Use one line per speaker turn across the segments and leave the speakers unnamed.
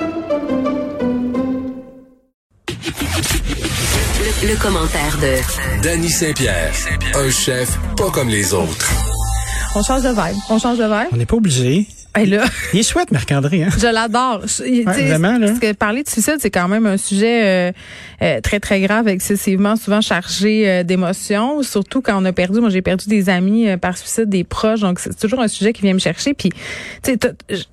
Le, le commentaire de
Danny Saint-Pierre, un chef pas comme les autres.
On change de vibe. On change de vibe.
On n'est pas obligé.
Hey, là,
Il est chouette, Marc-André. Hein?
je l'adore. Je- tu sais,
vraiment, là.
Parce que parler de suicide, c'est quand même un sujet euh, euh, très, très grave, excessivement souvent chargé euh, d'émotions, surtout quand on a perdu. Moi, j'ai perdu des amis euh, par suicide, des proches. Donc, c'est toujours un sujet qui vient me chercher. Puis, tu sais, t'as- j-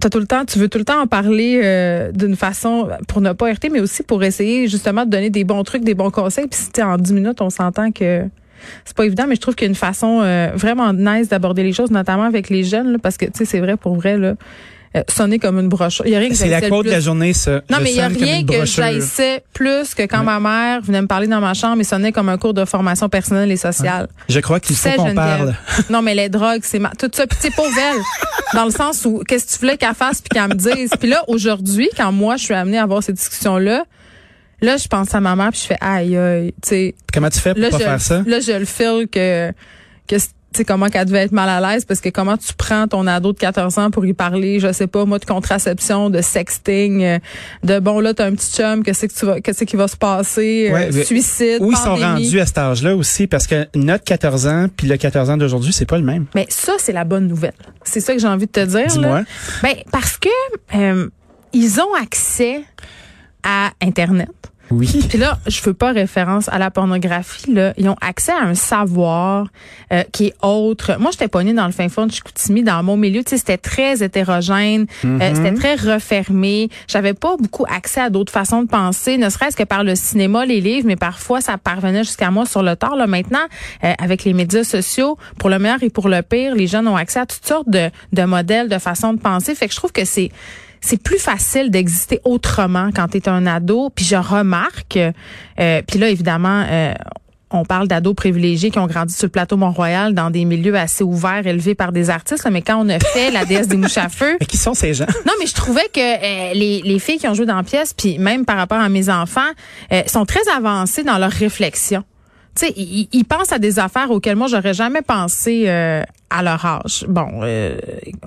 t'as tout le temps, tu veux tout le temps en parler euh, d'une façon pour ne pas heurter, mais aussi pour essayer justement de donner des bons trucs, des bons conseils. Puis, si t'es en 10 minutes, on s'entend que c'est pas évident, mais je trouve qu'il y a une façon euh, vraiment nice d'aborder les choses, notamment avec les jeunes, là, parce que, tu sais, c'est vrai, pour vrai, là, euh, sonner comme une brochure. Il y a rien que
C'est la
j'haïssais ben, le
quote de
plus.
la journée, ça.
Non,
Je
mais il y a
sonne comme
rien
une
que
brochure.
j'haïssais plus que quand ma mère venait me parler dans ma chambre et sonnait comme un cours de formation personnelle et sociale.
Je crois qu'il faut
sais,
qu'on
Geneviève.
parle.
Non, mais les drogues, c'est ma... tout ça. Puis c'est pauvre elle, dans le sens où qu'est-ce que tu voulais qu'elle fasse puis qu'elle me dise. Puis là, aujourd'hui, quand moi, je suis amenée à avoir cette discussion-là, là, je pense à ma mère puis je fais aïe, aïe, tu sais,
Comment tu fais pour
là,
pas
je,
faire ça?
là, je le feel que, que c'est- tu sais, comment qu'elle devait être mal à l'aise parce que comment tu prends ton ado de 14 ans pour lui parler, je sais pas, moi, de contraception, de sexting, euh, de bon, là, t'as un petit chum, qu'est-ce que tu vas, qu'est-ce qui va se passer, euh,
Ouais, mais
suicide,
Où ils sont
pandémie.
rendus à cet âge-là aussi? Parce que notre 14 ans puis le 14 ans d'aujourd'hui, c'est pas le même.
Mais ça, c'est la bonne nouvelle. C'est ça que j'ai envie de te dire.
Dis-moi.
là. Ben, parce que euh, ils ont accès à Internet.
Oui.
Puis là, je veux pas référence à la pornographie. Là. Ils ont accès à un savoir euh, qui est autre. Moi, j'étais pognée dans le fin fond de Chicoutimi, dans mon milieu. Tu sais, c'était très hétérogène, euh, c'était très refermé. J'avais pas beaucoup accès à d'autres façons de penser, ne serait-ce que par le cinéma, les livres, mais parfois, ça parvenait jusqu'à moi sur le tard. Là, maintenant, euh, avec les médias sociaux, pour le meilleur et pour le pire, les jeunes ont accès à toutes sortes de, de modèles, de façons de penser. Fait que je trouve que c'est c'est plus facile d'exister autrement quand tu es un ado. Puis je remarque, euh, puis là, évidemment, euh, on parle d'ados privilégiés qui ont grandi sur le plateau Mont-Royal dans des milieux assez ouverts, élevés par des artistes. là, mais quand on a fait la déesse des mouches à feu,
Mais qui sont ces gens?
non, mais je trouvais que euh, les, les filles qui ont joué dans la pièce, puis même par rapport à mes enfants, euh, sont très avancées dans leur réflexion. Tu sais, ils, ils- ils pensent à des affaires auxquelles moi j'aurais jamais pensé euh, à leur âge. Bon, euh,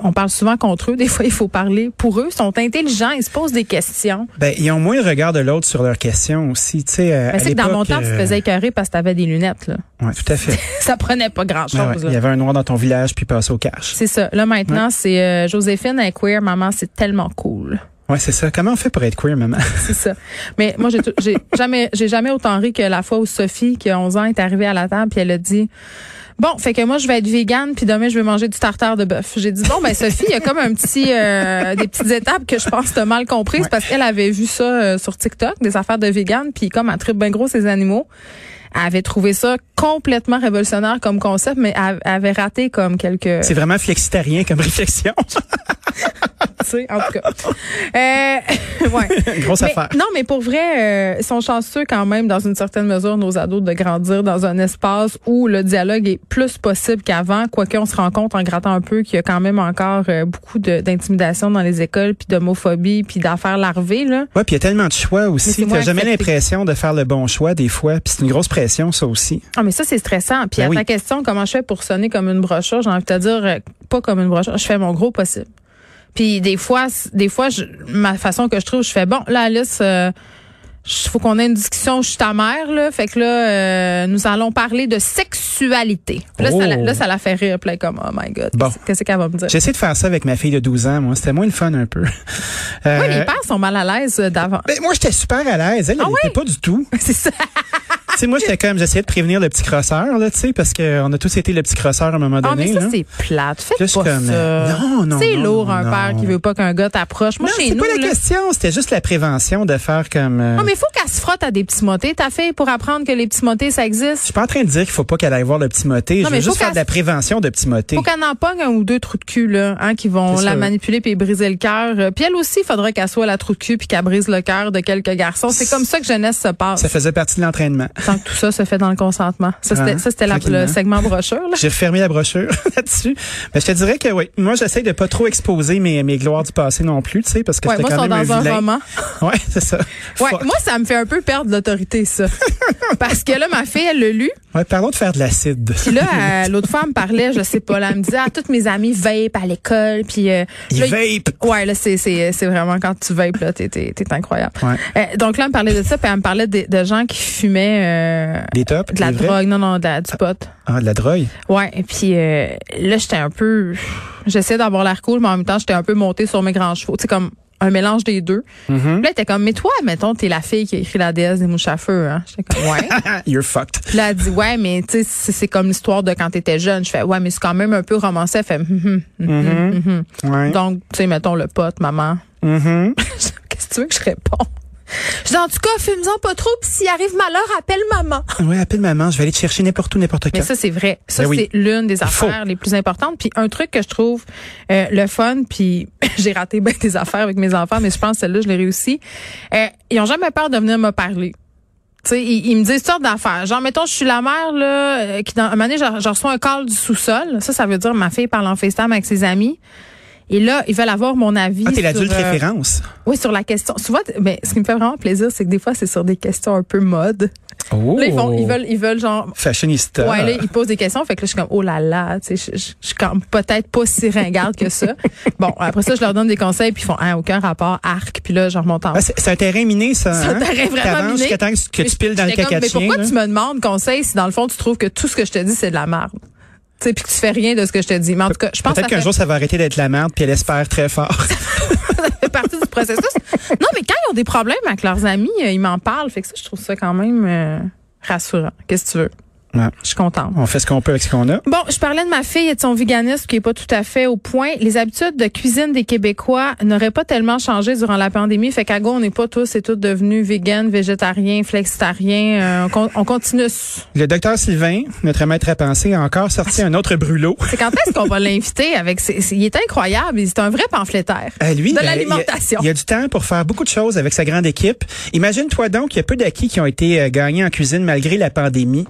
on parle souvent contre eux, des fois il faut parler pour eux. Ils sont intelligents, ils se posent des questions.
Ben, ils ont moins le regard de l'autre sur leurs questions aussi. Tu sais, à-
Mais
à
Ben, c'est que dans mon
l'époque,
temps, tu te
euh,
faisais écœurer parce que t'avais des lunettes. Là.
Ouais, tout à fait.
Ça prenait pas
Ouais, ouais.
grand-chose. là.
Il y avait un noir dans ton village puis passé au cash.
c'est ça. Là maintenant, c'est euh, Joséphine elle est queer, maman, c'est tellement cool.
Ouais, c'est ça. Comment on fait pour être queer, maman?
C'est ça. Mais moi, j'ai tout- j'ai jamais, j'ai jamais autant ri que la fois où Sophie, qui a 11 ans, est arrivée à la table puis elle a dit. Bon, fait que moi je vais être végane puis demain je vais manger du tartare de bœuf. J'ai dit bon ben Sophie, il y a comme un petit euh, des petites étapes que je pense que t'as mal comprises parce qu'elle avait vu ça euh, sur TikTok des affaires de végane puis comme elle tripe bien gros ses animaux, elle avait trouvé ça complètement révolutionnaire comme concept mais elle elle avait raté comme quelques
C'est vraiment flexitarien comme réflexion.
tu sais, en tout cas. Euh, ouais.
Grosse
Mais-
affaire.
Non, mais pour vrai, euh, ils sont chanceux quand même, dans une certaine mesure, nos ados, de grandir dans un espace où le dialogue est plus possible qu'avant, quoique on se rend compte en grattant un peu qu'il y a quand même encore euh, beaucoup de- d'intimidation dans les écoles, puis d'homophobie, puis d'affaires larvées, là.
Ouais, puis il y a tellement de choix
c'est
aussi.
moins
T'as jamais
accepté.
l'impression de faire le bon choix des fois. Puis c'est une grosse pression, ça aussi.
Ah, mais ça, c'est stressant. Puis
Ben
à
oui.
ta question, comment je fais pour sonner comme une brochure, j'ai envie de te dire, euh, pas comme une brochure, je fais mon gros possible. Puis des fois, c- des fois, je- ma façon que je trouve, je fais, bon, là, Alice, euh, je- faut qu'on ait une discussion, je suis ta mère, là. Fait que là, euh, nous allons parler de sexualité. Puis Là, ça, la-
Oh.
là, ça la fait rire, puis elle est comme, oh my God,
Bon.
qu'est-ce- qu'est-ce qu'elle va me dire?
J'ai essayé de faire ça avec ma fille de 12 ans, moi. C'était moins le fun un peu. Euh,
Moi, les pères sont mal à l'aise euh, d'avant.
ben, moi, j'étais super à l'aise. Elle, elle
Ah
était
ouais?
pas du tout.
C'est ça.
tu sais, moi, j'étais comme, j'essayais de prévenir le petit crosseur, là, tu sais, parce qu'on a tous été le petit crosseur à un moment
Ah, mais
donné.
ça,
là.
c'est plate. Faites
Là, je suis
pas
comme, euh,
ça.
non, non,
C'est
non,
lourd,
non,
un
non.
père qui veut pas qu'un gars t'approche. Moi,
Non,
chez
c'est
nous,
pas la
là,
question. C'était juste la prévention de faire comme. euh,
Non, Ah, mais il faut qu'elle se frotte à des petits motés, ta fille, pour apprendre que les petits motés, ça
Je
existe.
suis pas en train de dire qu'il faut pas qu'elle aille voir le petit moté.
Non,
Je veux
mais faut
juste faire
qu'elle-
de la prévention de petit moté.
Faut qu'elle en pogne un ou deux trous de cul, là, hein, qui vont
C'est
la
ça.
manipuler puis briser le cœur. Euh, Puis elle aussi, il faudrait qu'elle soit la trou de cul puis qu'elle brise le cœur de quelques garçons. C'est comme ça que jeunesse se passe.
Ça faisait partie de l'entraînement.
Tant que tout ça se fait dans le consentement. Ça, c'était,
Ah,
ça, c'était la- le
tranquillement.
segment brochure, là.
J'ai refermé la brochure là-dessus. Mais je te dirais que oui, moi j'essaie de pas trop exposer mes, mes gloires du passé non plus, tu sais, parce que
Ouais,
c'était
moi,
quand
sont
même
dans un
vilain.
roman.
Ouais, c'est ça.
Ouais,
Fuck.
moi, ça me fait un peu perdre l'autorité, ça. Parce que là, ma fille, elle le lu.
Ouais, parlons de faire de l'acide.
Puis là, euh, l'autre femme parlait, je sais pas, là, elle me disait, ah, toutes mes amies vape à l'école, puis euh,
Ils
là,
vapent.
Ouais, là, c'est, c'est, c'est vraiment quand tu vapes, là, t'es, t'es, t'es incroyable.
Ouais.
Euh, donc là, elle me parlait de ça, puis elle me parlait de, de gens qui fumaient euh,
Des tops,
de la
des vrais?
drogue, non, non, de la- du pot.
Ah, de la drogue.
Ouais, et puis euh, là, j'étais un peu... J'essayais d'avoir l'air cool, mais en même temps, j'étais un peu montée sur mes grands chevaux. C'est comme un mélange des deux.
Mm-hmm.
Puis Là, t'es comme, mais toi, mettons, t'es la fille qui a écrit la déesse des mouches à feu. Hein? J'étais comme, ouais.
Ah, you're fucked.
Puis là, elle dit, ouais, mais tu sais, c'est c'est comme l'histoire de quand t'étais jeune. Je fais, ouais, mais c'est quand même un peu romancé. Elle fait, hum, hum, hum, hum, hum.
Ouais.
Donc, tu sais, mettons le pote, maman. Qu'est-ce que tu veux que je réponde? Je dis, en tout cas, fume-en pas trop, puis s'il arrive malheur, appelle maman.
Ouais, appelle maman, je vais aller te chercher n'importe où, n'importe
Mais
quand.
ça, c'est vrai. Ça,
Ben oui.
c'est l'une des
Faut.
affaires les plus importantes. Puis un truc que je trouve euh, le fun, puis j'ai raté bien des affaires avec mes enfants, mais je pense que celle-là, je l'ai réussi. Euh, ils ont jamais peur de venir me parler. Tu sais, ils, ils me disent toutes sortes d'affaires. Genre, mettons, je suis la mère, là, euh, qui dans un moment donné, je, je reçois un call du sous-sol. Ça, ça veut dire ma fille parle en FaceTime avec ses amis. Et là, ils veulent avoir mon avis.
ah, t'es
sur,
l'adulte
euh,
référence.
Oui, sur la question. Souvent, t- mais ce qui me fait vraiment plaisir, c'est que des fois, c'est sur des questions un peu mode.
Oh.
Là, ils, font, ils veulent, ils veulent genre
Fashionista.
Ouais, là, il pose des questions. Fait que là, je suis comme, oh là là, tu sais, je, je- je suis comme peut-être pas si ringarde que ça. bon, après ça, je leur donne des conseils, puis ils font, ah, aucun rapport, arc, puis là, je remonte en
Ah, c'est c'est un terrain miné, ça.
C'est un
hein?
terrain vraiment
T'avances
miné.
jusqu'à temps que tu- que tu piles dans le
J'étais comme,
caca de
Mais
chien.
pourquoi
là.
tu me demandes conseil si, dans le fond, tu trouves que tout ce que je te dis, c'est de la merde? Tu sais, puis que tu fais rien de ce que je te dis. Mais en tout cas, je pense que ça
Peut-être qu'un
fait,
jour, ça va arrêter d'être la merde, puis elle espère très fort.
ça fait partie du processus. Non, mais quand ils ont des problèmes avec leurs amis, euh, ils m'en parlent. Fait que ça, je trouve ça quand même euh, rassurant. Qu'est-ce que tu veux?
Ouais.
Je suis contente.
On fait ce qu'on peut avec ce qu'on a.
Bon, je parlais de ma fille et de son véganisme qui est pas tout à fait au point. Les habitudes de cuisine des Québécois n'auraient pas tellement changé durant la pandémie. Fait qu'à go, on n'est pas tous et toutes devenus vegan, végétariens, flexitariens. Euh, on, con- on continue. C'est
Le docteur Sylvain, notre maître à penser, a encore sorti un autre brûlot.
quand est-ce qu'on va l'inviter avec ses- ses- Il est incroyable. Il- C'est un vrai pamphlétaire.
À lui,
de
ben,
l'alimentation.
Il y, a- il y a du temps pour faire beaucoup de choses avec sa grande équipe. Imagine-toi donc qu'il y a peu d'acquis qui ont été euh, gagnés en cuisine malgré la pandémie.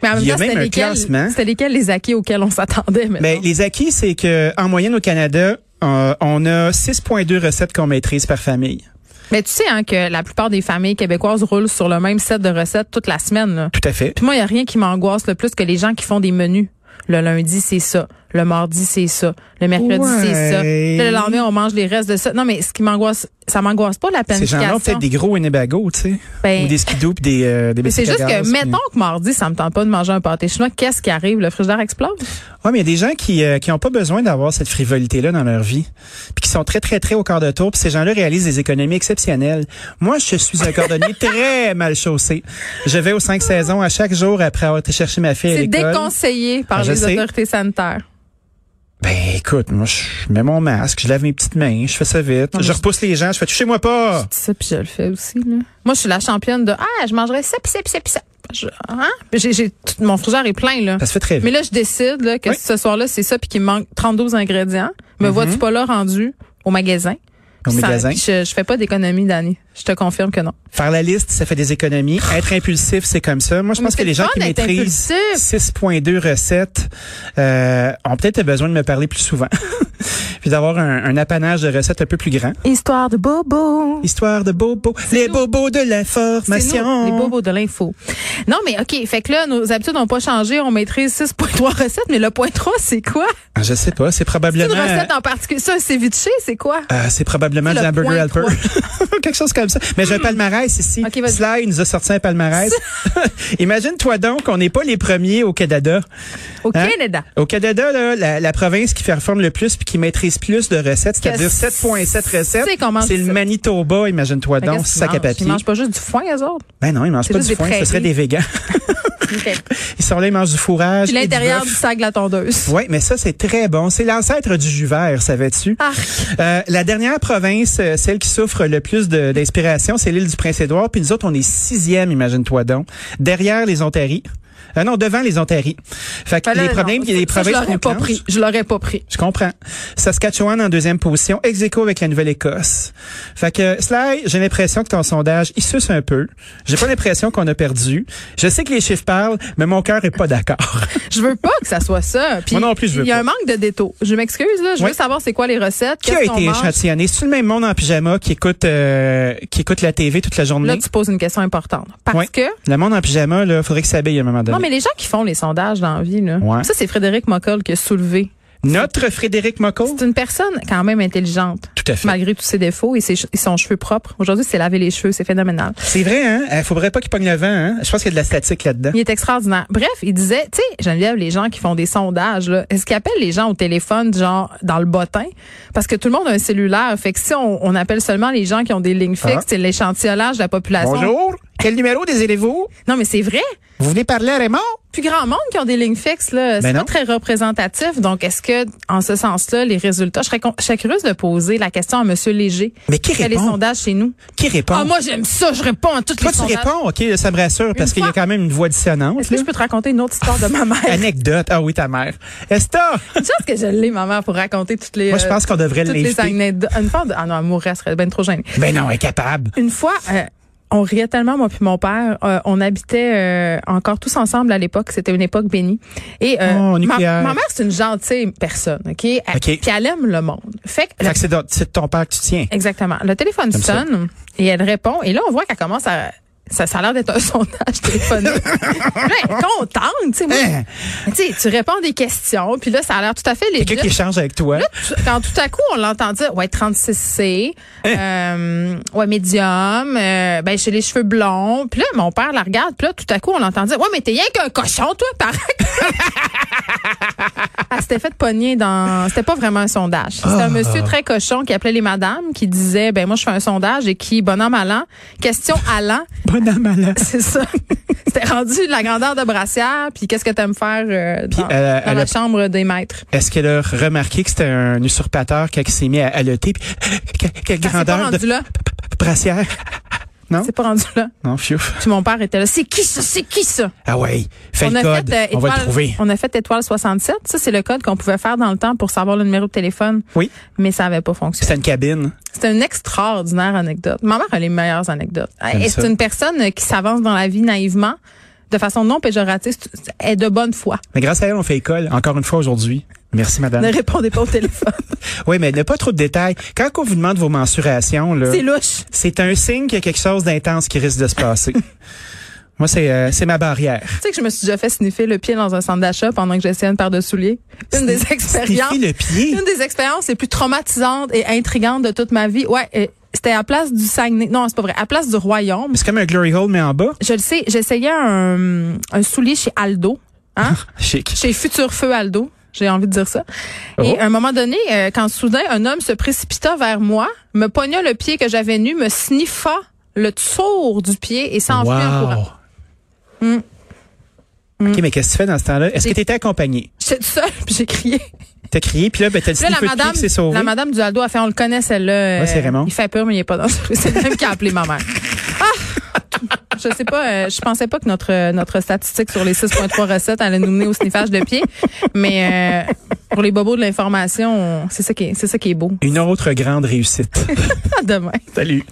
Mais en
il y a
temps,
même
c'était
un
lesquels-
classement.
C'était lesquels les acquis auxquels on s'attendait
Ben,
maintenant?
les acquis, c'est que en moyenne au Canada, euh, on a 6,2 recettes qu'on maîtrise par famille.
Mais tu sais hein, que la plupart des familles québécoises roulent sur le même set de recettes toute la semaine. là.
Tout à fait.
Puis moi, il n'y a rien qui m'angoisse le plus que les gens qui font des menus. Le lundi, c'est ça. Le mardi, c'est ça. Le mercredi,
Ouais.
c'est ça. Puis Le lendemain, on mange les restes de ça. Non, mais ce qui m'angoisse, ça m'angoisse pas la
Ces gens-là ont
planification.
peut-être des gros Winnebago, tu sais.
Ben,
ou des skidoo puis des, euh, des
mais c'est
bicycles à
juste que,
gaz, puis-
mettons que mardi, ça me tente pas de manger un pâté chinois. Qu'est-ce qui arrive? Le frigidaire explose?
Oui, mais il y a des gens qui euh, qui ont pas besoin d'avoir cette frivolité-là dans leur vie, puis qui sont très, très, très au quart de tour, puis ces gens-là réalisent des économies exceptionnelles. Moi, je suis un cordonnier très mal chaussé. Je vais aux cinq saisons à chaque jour après avoir été chercher ma fille à
C'est
l'école.
déconseillé par
Ah, je
les
sais.
autorités sanitaires.
Ben écoute, moi, je mets mon masque, je lave mes petites mains, je fais ça vite,
Non, mais je-
je repousse les gens, je fais « touchez-moi pas
Ça, puis je le fais aussi, là. Moi, je suis la championne de, ah, je mangerais ça, puis ça, puis ça, puis ça. Je- hein? J'ai, j'ai, tout- mon frigidaire est plein, là. ».
Ça se fait très
Mais
vite.
là, je décide là, que
Oui. Mm-hmm.
ce soir-là, c'est ça, puis qu'il me manque 32 ingrédients. Me vois-tu pas là rendu au magasin?
Au
Puis ça-
magasin.
puis Je, je fais pas d'économie, Dani. Je te confirme que non.
Faire la liste, ça fait des économies. Être impulsif, c'est comme ça. Moi, je
Ah. Mais
pense que
c'est
les gens
le
qui
fun d'être
maîtrisent
impulsif.
6.2 recettes euh, ont peut-être besoin de me parler plus souvent. Puis d'avoir un, un apanage de recettes un peu plus grand.
Histoire de bobo.
Histoire de bobos. Les
nous.
bobos de la
C'est
formation.
nous, les bobos de l'info. Non, mais OK. Fait que là, nos habitudes n'ont pas changé. On maîtrise 6.3 recettes, mais le point 3, c'est quoi?
Ah, Je sais pas, c'est
C'est
probablement...
une recette en particulier. Ça, c'est ceviche, c'est quoi?
euh, c'est probablement
C'est
du
le
hamburger
point Hmm.
helper. Quelque chose comme ça. Mais j'ai un palmarès ici.
Ok, vas-y.
Sly nous a sorti un palmarès. Imagine-toi donc, on n'est pas les premiers au Canada.
Au
Hein?
Canada.
Au Canada, là, la, la province qui performe le plus puis qui maîtrise plus de recettes, c'est-à-dire
Que
7,7 recettes.
c'est qu'on mange
C'est le
ça.
Manitoba, imagine-toi
Fait que
donc,
qu'est-ce qu'ils
sac à
mangent?
papier.
Ils mangent pas juste du foin, eux autres.
Ben non, ils mangent
C'est
pas
juste des
du foin, ce
prairies.
seraient des végans. ils sont là, ils mangent du fourrage.
Puis
et du
l'intérieur
bœuf.
du sac de la tondeuse.
Oui, mais ça, c'est très bon. C'est l'ancêtre du jus vert, savais-tu?
Arc.
Euh, la dernière province, euh, celle qui souffre le plus de- d'inspiration, c'est l'île du Prince-Édouard. Puis nous autres, on est sixième, imagine-toi donc, derrière les Ontaries. Euh, non, devant les Ontaries. Fait que
Ben là,
les problèmes,
non,
les
ça,
provinces
Je l'aurais
qu'on
pas
clenche-
pris. Je l'aurais pas pris.
Je comprends. Saskatchewan en deuxième position, ex aequo avec la Nouvelle-Écosse. Fait que, Sly, j'ai l'impression que ton sondage, il suce un peu. J'ai pas l'impression qu'on a perdu. Je sais que les chiffres parlent, mais mon cœur est pas d'accord.
Je veux pas que ça soit ça. Puis,
Moi non plus, je veux
Il y a
pas.
un manque de détails. Je m'excuse, là. Je
Oui.
veux savoir c'est quoi les recettes.
qui a
qu'est-ce qu'on
été
mange.
échantillonné? C'est le même monde en pyjama qui écoute, euh, qui écoute la TV toute la journée?
Là, tu poses une question importante. Parce
Ouais.
que,
Le monde en pyjama, là, faudrait que ça s'habille à un moment donné.
non, mais les gens qui font les sondages dans la vie, là.
Ouais.
Ça, c'est Frédéric Mocoll qui a soulevé.
Notre Frédéric Mocco?
C'est une personne quand même intelligente.
Tout à fait.
Malgré tous ses défauts et, ses, che- et son cheveu propre. Aujourd'hui, c'est laver les cheveux. C'est phénoménal.
C'est vrai, hein? Euh, faudrait pas qu'il pogne le vent, hein? Je pense qu'il y a de la statique là-dedans.
Il est extraordinaire. Bref, il disait, tu sais, Geneviève, les gens qui font des sondages, là, est-ce qu'ils appellent les gens au téléphone, genre, dans le bottin? Parce que tout le monde a un cellulaire. Fait que si on, on appelle seulement les gens qui ont des lignes fixes,
Ah.
c'est l'échantillonnage de la population.
Bonjour. Quel numéro désirez-vous?
Non, mais c'est vrai.
Vous voulez parler à Raymond?
Plus grand monde qui ont des lignes fixes, là. C'est
Ben
pas
non.
très représentatif. Donc, est-ce que, en ce sens-là, les résultats, je serais, con- je serais curieuse de poser la question à M. Léger.
Mais qui
qui fait les
répond?
sondages chez nous.
Qui répond?
Ah, moi, j'aime ça. Je réponds à toutes
Toi,
les
tu
sondages.
réponds, OK, ça me rassure, parce qu'il y a
fois.
quand même une voix dissonante.
Est-ce que je peux te raconter une autre histoire de ma mère?
Anecdote. Ah oui, ta mère. Esta!
Une chance que je l'ai, ma mère, pour raconter toutes les.
Moi, je
euh,
pense qu'on devrait
toutes les
l'inviter.
anecdotes. Une fois, on- ah non, elle mourrait, elle serait bien trop gênée.
Ben non, incapable.
Une fois, euh, on riait tellement, moi puis mon père. euh, on habitait euh, encore tous ensemble à l'époque. C'était une époque bénie. Et euh,
Oh,
ma,
nucléaire.
ma mère, c'est une gentille personne, OK? Elle-
OK.
Puis elle aime le monde. Fait que,
Fait que c'est de, c'est de ton père que tu tiens.
Exactement. Le téléphone
Comme ça.
sonne et elle répond. Et là, on voit qu'elle commence à... Ça, ça a l'air d'être un sondage téléphonique. Là, elle est contente, tu sais. moi.
Hein?
Tu sais, tu réponds des questions, puis là, ça a l'air tout à fait
Quelqu'un
légitime.
qui échange avec toi.
Là, tu- quand tout à coup, on l'entend dire, ouais, 36C,
Eh.
euh, ouais, médium, euh, ben, j'ai les cheveux blonds. Puis là, mon père la regarde, puis là, tout à coup, on l'entend dire, ouais, mais t'es rien qu'un cochon, toi, par Elle s'était fait pogner dans. C'était pas vraiment un sondage. C'était
Ah.
un monsieur très cochon qui appelait les madames, qui disait, ben, moi, je fais un sondage et qui, bonhomme allant, question allant,
Bonhomme à la-
c'est ça. C'était rendu la grandeur de brassière, puis qu'est-ce que t'aimes faire euh, dans,
euh,
dans
elle a-
la chambre des maîtres.
Est-ce qu'elle a remarqué que c'était un usurpateur quand il s'est mis à haleter? Puis, que- quelle
Elle s'est pas
grandeur de
rendue là.
brassière? Non?
C'est pas rendu là.
Non, fiouf.
Puis mon père était là. C'est qui ça? C'est qui ça?
Ah ouais, fais
on,
le
a
code,
fait, euh,
on va le
étoile-
trouver.
on a fait étoile 67. Ça, c'est le code qu'on pouvait faire dans le temps pour savoir le numéro de téléphone.
Oui,
Mais ça avait pas
c'est
fonctionné.
une cabine.
C'est une extraordinaire anecdote. Ma mère a les meilleures anecdotes.
J'aime
Et C'est
ça.
une personne euh, qui s'avance dans la vie naïvement, de façon non péjorative, c'est- elle est de bonne foi.
Mais grâce à elle, on fait école, encore une fois aujourd'hui. Merci, madame.
Ne répondez pas au téléphone.
Oui, mais ne pas trop de détails. Quand on vous demande vos mensurations, là,
c'est louche.
c'est un signe qu'il y a quelque chose d'intense qui risque de se passer. Moi, c'est euh, c'est ma barrière.
Tu sais que je me suis déjà fait sniffer le pied dans un centre d'achat pendant que j'essayais une paire de souliers. Une des expériences.
Sniffer le pied?
Une des expériences les plus traumatisantes et intrigantes de toute ma vie. Ouais, euh, c'était à place du Saguenay. Non, c'est pas vrai. À place du Royaume.
C'est comme un glory hole, mais en bas.
Je le sais, j'essayais un, un soulier chez Aldo. Hein?
Chic.
chez Futur Feu Aldo. J'ai envie de dire ça.
Oh.
Et à un moment donné, euh, quand soudain, un homme se précipita vers moi, me pogna le pied que j'avais nu, me sniffa le tour du pied et s'enfuit en courant. Mm.
OK, mais qu'est-ce que tu fais dans ce temps-là? Est-ce que
J'ai-
tu étais accompagné?
J'étais toute seule, puis j'ai crié.
T'as crié, puis là, ben, t'as le
Puis là,
sniffé
la
le pied
madame,
qui s'est sauvé.
la madame du Aldo a fait, on le connaît, celle-là.
Ouais, c'est
Euh,
Raymond.
Il fait peur, mais il est pas dangereux. C'est le même qui a appelé ma mère. Ah! Je sais pas, euh, je pensais pas que notre euh, notre statistique sur les 6.3 recettes allait nous mener au sniffage de pied, mais euh, pour les bobos de l'information, on- c'est ça qui est- c'est ça qui est beau.
Une autre grande réussite.
À demain.
Salut.